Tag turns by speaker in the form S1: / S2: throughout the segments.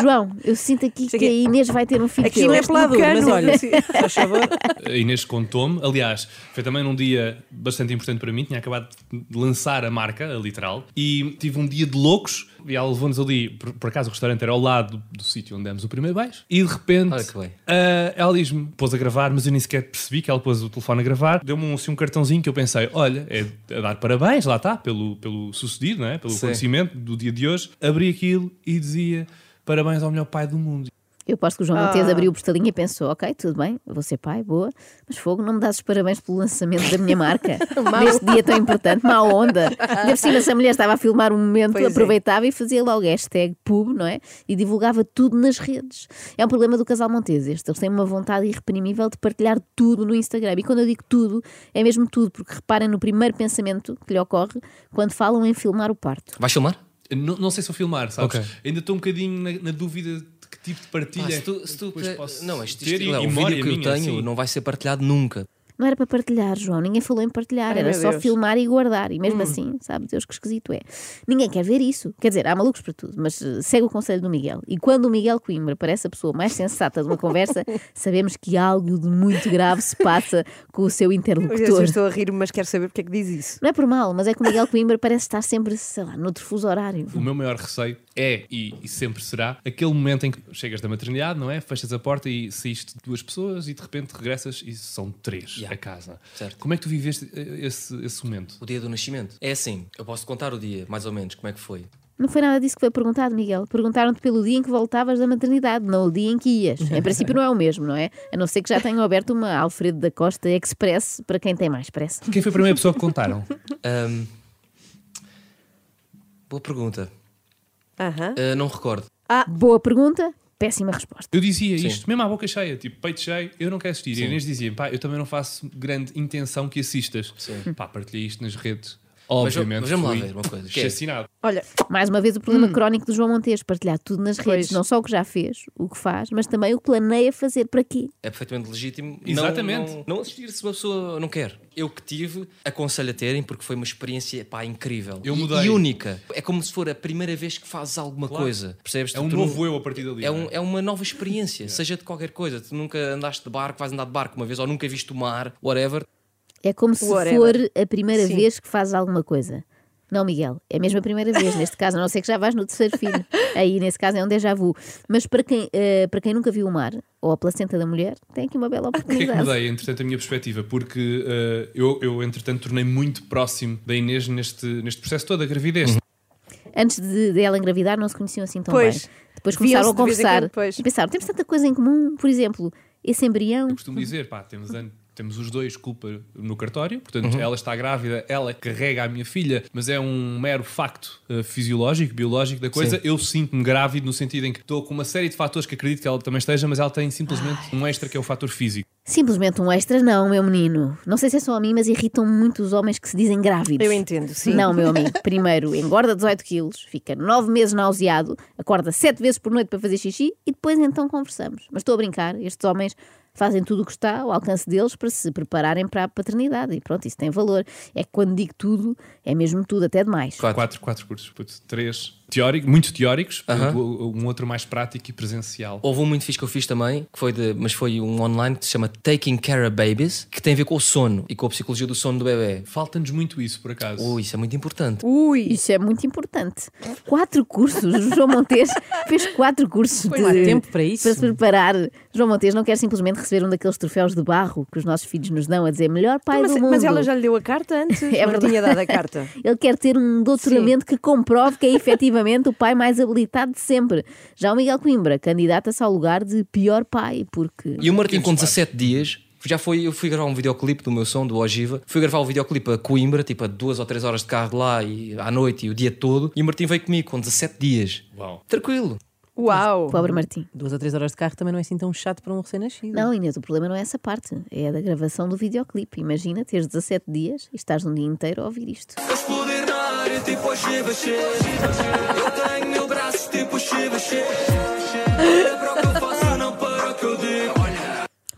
S1: João, eu sinto aqui que
S2: aqui-
S1: a Inês vai ter um filho
S2: Aqui
S1: teu."
S2: não é
S3: este
S2: pelado, mas
S3: cano.
S2: olha, faz favor.
S4: A Inês contou-me, aliás, foi também num dia bastante importante para mim, tinha acabado de lançar a marca, a literal, e tive um dia de loucos, e ela levou-nos ali, por, por acaso o restaurante era ao lado do, do sítio onde demos o primeiro beijo, e de repente
S5: Olha que bem.
S4: ah, ela diz-me, pôs a gravar, mas eu nem sequer percebi que ela pôs o telefone a gravar, deu-me um, assim, um cartãozinho que eu pensei, olha, é a dar parabéns, lá está, pelo, pelo sucedido, não é? pelo
S5: Sim.
S4: acontecimento do dia de hoje, abri aquilo e dizia... Parabéns ao melhor pai do mundo.
S1: Eu aposto que o João Montes
S3: Ah.
S1: abriu o postalinho e pensou: ok, tudo bem, vou ser pai, boa, mas fogo, não me dás os parabéns pelo lançamento da minha marca. Neste dia tão importante, má onda. De cima, essa mulher estava a filmar um momento,
S3: Pois é.
S1: aproveitava e fazia logo hashtag pub, não é? E divulgava tudo nas redes. É um problema do casal Montes este. Eles têm uma vontade irreprimível de partilhar tudo no Instagram. E quando eu digo tudo, é mesmo tudo, porque reparem no primeiro pensamento que lhe ocorre quando falam em filmar o parto.
S5: Vais filmar?
S4: Não, não sei se vou filmar, sabes?
S5: Ok.
S4: Ainda estou um bocadinho na, na dúvida de que tipo de partilha
S5: Pá, se
S4: é
S5: tu,
S4: que
S5: se tu-
S4: depois posso
S5: não, isto, isto,
S4: ter e-
S5: é,
S4: e
S5: o
S4: memória
S5: vídeo que eu
S4: minha, assim,
S5: tenho
S4: sim.
S5: não vai ser partilhado nunca.
S1: Não era para partilhar, João. Ninguém falou em partilhar.
S3: Ai,
S1: era
S3: meu
S1: só
S3: Deus. Hum.
S1: filmar e guardar. E mesmo assim, sabe Deus que esquisito é. Ninguém quer ver isso. Quer dizer, há malucos para tudo. Mas eh, segue o conselho do Miguel. E quando o Miguel Coimbra parece a pessoa mais sensata de uma conversa, sabemos que algo de muito grave se passa com o seu
S3: Eu só
S1: interlocutor.
S3: estou a rir, mas quero saber porque é que diz isso.
S1: Não é por mal, mas é que o Miguel Coimbra parece estar sempre, sei lá, noutro fuso horário.
S4: O meu maior receio é, e, e sempre será, aquele momento em que chegas da maternidade, não é? Fechas a porta e saíste de duas pessoas e de repente regressas e são três
S5: Yeah.
S4: a casa.
S5: Certo.
S4: Como é que tu viveste eh, esse, esse momento?
S5: O dia do nascimento. É assim, eu posso contar o dia, mais ou menos, como é que foi.
S1: Não foi nada disso que foi perguntado, Miguel. Perguntaram-te pelo dia em que voltavas da maternidade, não o dia em que ias. Em princípio não é o mesmo, não é? A não ser que já tenham aberto uma Alfredo da Costa Express para quem tem mais pressa.
S4: Quem foi a primeira pessoa que contaram?
S5: Ahm, boa pergunta.
S3: Aham.
S5: Ah, não recordo.
S1: Boa pergunta, péssima resposta.
S4: Eu dizia
S5: Sim.
S4: isto, mesmo à boca cheia, tipo, peito cheio, eu não quero assistir. E a
S5: Sim.
S4: Inês dizia, pá, eu também não faço grande intenção que assistas. Pá, partilhei isto nas redes.
S5: Mas,
S4: Obviamente.
S5: mas vamos lá
S4: fui
S5: ver uma coisa, que é-
S4: Assassinado.
S3: Olha,
S1: Mais uma vez o problema crónico do João Montes, partilhar tudo nas redes,
S3: Pois.
S1: não só o que já fez, o que faz, mas também o que planeia fazer para quê.
S5: É perfeitamente legítimo não-
S4: Exatamente.
S5: não, não assistir se uma pessoa não quer. Eu que tive, aconselho a terem, porque foi uma experiência pá, incrível
S4: Eu
S5: E-
S4: mudei.
S5: e única. É como se for a primeira vez que fazes alguma coisa. Percebes?
S4: É
S5: Tu-
S4: um
S5: tu
S4: novo
S5: não-
S4: eu a partir dali.
S5: É,
S4: não
S5: um- é uma nova experiência, seja de qualquer coisa. Tu nunca andaste de barco, vais andar de barco uma vez, ou nunca viste o mar, whatever.
S1: É como se
S3: Whatever.
S1: for a primeira
S3: Sim.
S1: vez que faz alguma coisa. Não, Miguel, é mesmo a primeira vez neste caso, a não ser que já vais no terceiro filho. Aí, nesse caso, é um déjà vu. Mas para quem, eh, para quem nunca viu o mar ou a placenta da mulher, tem aqui uma bela
S4: O que é que
S1: oportunidade.
S4: mudei, entretanto, a minha perspectiva? Porque eh, eu, eu, entretanto, tornei muito próximo da Inês neste, neste processo todo, a gravidez.
S1: Antes de, dela engravidar, não se conheciam assim tão
S3: Pois.
S1: bem. Depois
S3: Viam-se
S1: começaram
S3: de vez em
S1: a conversar
S3: quando, pois.
S1: e pensaram: temos tanta coisa em comum, por exemplo, esse embrião.
S4: Eu costumo dizer, pá, temos, an- temos os dois culpa no cartório,
S5: Uhum.
S4: portanto, ela está grávida, ela carrega a minha filha, mas é um mero facto eh, fisiológico, biológico da coisa. Eu sinto-me grávido no sentido em que estou com uma série de fatores que acredito que ela também esteja, mas ela tem simplesmente um extra que é o fator físico.
S1: Simplesmente um extra, não, meu menino. Não sei se é só a mim, mas irritam muito os homens que se dizem grávidos.
S3: Eu entendo, sim.
S1: Não, meu amigo. Primeiro, engorda 18 quilos, fica 9 meses nauseado, acorda 7 vezes por noite para fazer xixi e depois então conversamos. Mas estou a brincar, estes homens fazem tudo o que está ao alcance deles para se prepararem para a paternidade. E pronto, isso tem valor. É que quando digo tudo, é mesmo tudo, até demais.
S5: Claro.
S4: Quatro, quatro cursos, puto, três teórico, muito teóricos,
S5: Aham.
S4: o- um outro mais prático e presencial.
S5: Houve um muito fixe que eu fiz também, que foi de, mas foi um online que se chama Taking Care of Babies, que tem a ver com o sono e com a psicologia do sono do bebê.
S4: Falta-nos muito isso, por acaso.
S5: Ui, isso é muito importante.
S3: Ui,
S1: Isso é muito importante. Quatro cursos. O João Montes fez quatro cursos
S2: Pois
S1: de
S2: há tempo para isso.
S1: se preparar. João Montes não quer simplesmente receber um daqueles troféus de barro que os nossos filhos nos dão a dizer melhor pai
S3: Então, mas, é,
S1: do mundo.
S3: mas ela já lhe deu a carta antes?
S1: É
S3: não
S1: verdade.
S3: tinha dado a carta.
S1: Ele quer ter um doutoramento que comprove que é efetivamente o pai mais habilitado de sempre. Já o Miguel Coimbra candidata-se ao lugar de pior pai, porque.
S5: E o Martim, com 17 dias, já foi, eu fui gravar um videoclipe do meu som, do Ogiva. Fui gravar o videoclipe a Coimbra, tipo a duas ou três horas de carro de lá e à noite e o dia todo. E o Martim veio comigo com 17 dias.
S4: Uau.
S5: Tranquilo.
S3: Uau!
S1: Pobre Martim.
S2: Duas a três horas de carro também não é assim tão chato para um recém-nascido.
S1: Não, Inês, o problema não é essa parte, é a da gravação do videoclipe. Imagina teres 17 dias e estás um dia inteiro a ouvir isto.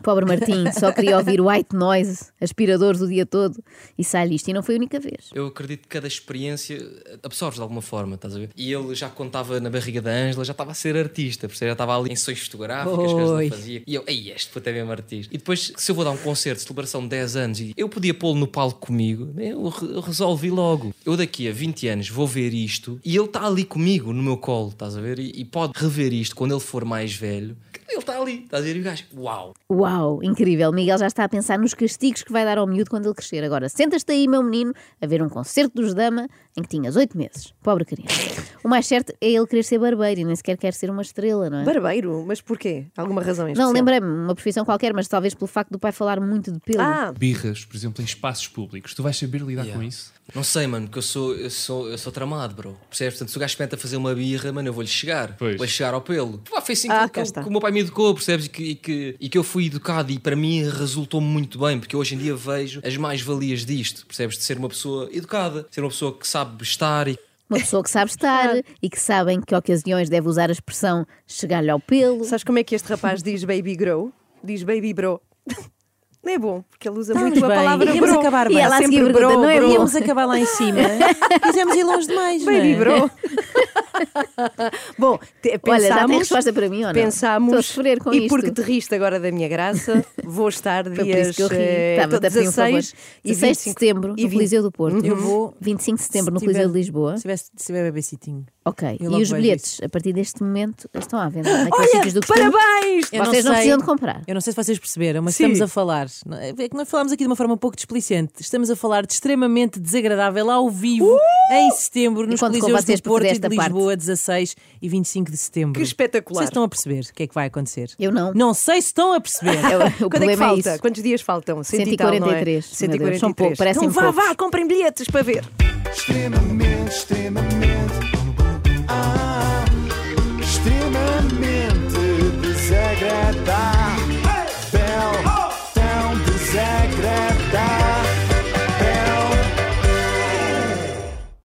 S1: Pobre Martim, só queria ouvir white noise, aspiradores o dia todo e sai-lhe isto. E não foi a única vez.
S5: Eu acredito que cada experiência eh, absorves de alguma forma, estás a ver? E ele já contava na barriga da Ângela, já estava a ser artista, percebes? Já estava ali em sessões fotográficas, que as
S2: Oi.
S5: não fazia. E eu, ei, este puto é mesmo artista. E depois, se eu vou dar um concerto de celebração de 10 anos e eu podia pô-lo no palco comigo, eu, re- eu resolvi logo. Eu daqui a 20 anos vou ver isto e ele está ali comigo, no meu colo, estás a ver? E, e pode rever isto quando ele for mais velho. Ele está ali, estás a ver? E o gajo, uau!
S1: Uau, incrível. Miguel já está a pensar nos castigos que vai dar ao miúdo quando ele crescer. Agora, sentas-te aí, meu menino, a ver um concerto dos Dama em que tinhas 8 meses. Pobre criança. O mais certo é ele querer ser barbeiro e nem sequer quer ser uma estrela, não é?
S3: Barbeiro, mas porquê? Alguma razão em
S1: Não,
S3: especial?
S1: lembrei-me, uma profissão qualquer, mas talvez pelo facto do pai falar muito de pelo.
S3: Ah,
S4: Birras, por exemplo, em espaços públicos, tu vais saber lidar
S5: Yeah.
S4: com isso?
S5: Não sei, mano, porque eu sou, eu sou, eu sou tramado, bro. Percebes? Portanto, se o gajo tenta fazer uma birra, mano, eu vou-lhe chegar.
S4: Pois.
S5: Vou-lhe chegar ao pelo. Pá, foi assim
S3: Ah,
S5: que,
S3: cá
S5: que,
S3: está.
S5: que o meu pai me educou, percebes? E que, e, que, e que eu fui educado e para mim resultou-me muito bem, porque hoje em dia vejo as mais-valias disto, percebes? De ser uma pessoa educada, ser uma pessoa que sabe estar e.
S1: Uma pessoa que sabe estar e que sabe em que ocasiões deve usar a expressão chegar-lhe ao pelo.
S3: sabes como é que este rapaz diz baby grow? Diz baby bro. Não é bom, porque ele usa muito a
S2: bem.
S3: palavra
S2: Íamos
S3: bro.
S2: acabar bem.
S1: E ela a
S3: Sempre
S1: seguir pergunta,
S3: bro,
S1: não é
S3: bro.
S1: bom?
S2: Íamos acabar lá em cima. Quisemos é? ir longe demais, não é?
S3: Baby bro. bom, te,
S1: Olha, já tem
S3: pensámos-
S1: resposta para mim, ou não?
S3: Pensámos.
S1: Estou a sofrer com
S3: e
S1: isto.
S3: porque te riste agora da minha graça, vou estar
S1: Foi por isso
S3: dias
S1: que eu ri.
S3: eh,
S1: Estava a pedir um favor.
S3: 16 e
S1: 16 de
S3: 25
S1: setembro
S3: e
S1: no
S3: 20.
S1: Coliseu do Porto.
S2: Eu vou-
S1: 25 de setembro no
S2: Se
S1: Coliseu
S2: tiver-
S1: de Lisboa.
S2: Se tivesse se tiver babysitting.
S1: Ok.
S2: Eu
S1: e
S2: logo
S1: os
S2: vejo
S1: bilhetes,
S2: isso.
S1: a partir deste momento, estão à venda. naqueles sítios do
S3: Olha,
S1: costume.
S3: parabéns!
S2: Eu não
S1: Vocês não,
S2: sei.
S1: precisam de comprar.
S2: Eu não sei se vocês perceberam, mas
S3: Sim.
S2: estamos a falar. É que nós falámos aqui de uma forma um pouco desplicente. Estamos a falar de extremamente desagradável ao vivo
S1: Uh!
S2: em setembro nos
S1: conto com
S2: Coliseus
S1: vocês
S2: do
S1: por ver
S2: Porto e
S1: esta
S2: de
S1: parte.
S2: Lisboa, 16 e 25 de setembro.
S3: Que
S1: Uhum.
S3: espetacular.
S2: Vocês estão a perceber o que é que vai acontecer?
S1: Eu não.
S2: Não sei se estão a
S1: É,
S2: perceber.
S1: o
S3: Quando é que
S1: problema
S3: falta?
S1: isso.
S3: Quantos dias faltam? Cento e tal, não é?
S1: 143. Meu Deus, são pouco, parecem
S3: então vá,
S1: poucos.
S3: vá, comprem bilhetes para ver.
S6: extremamente, extremamente, ah, extremamente desagradável.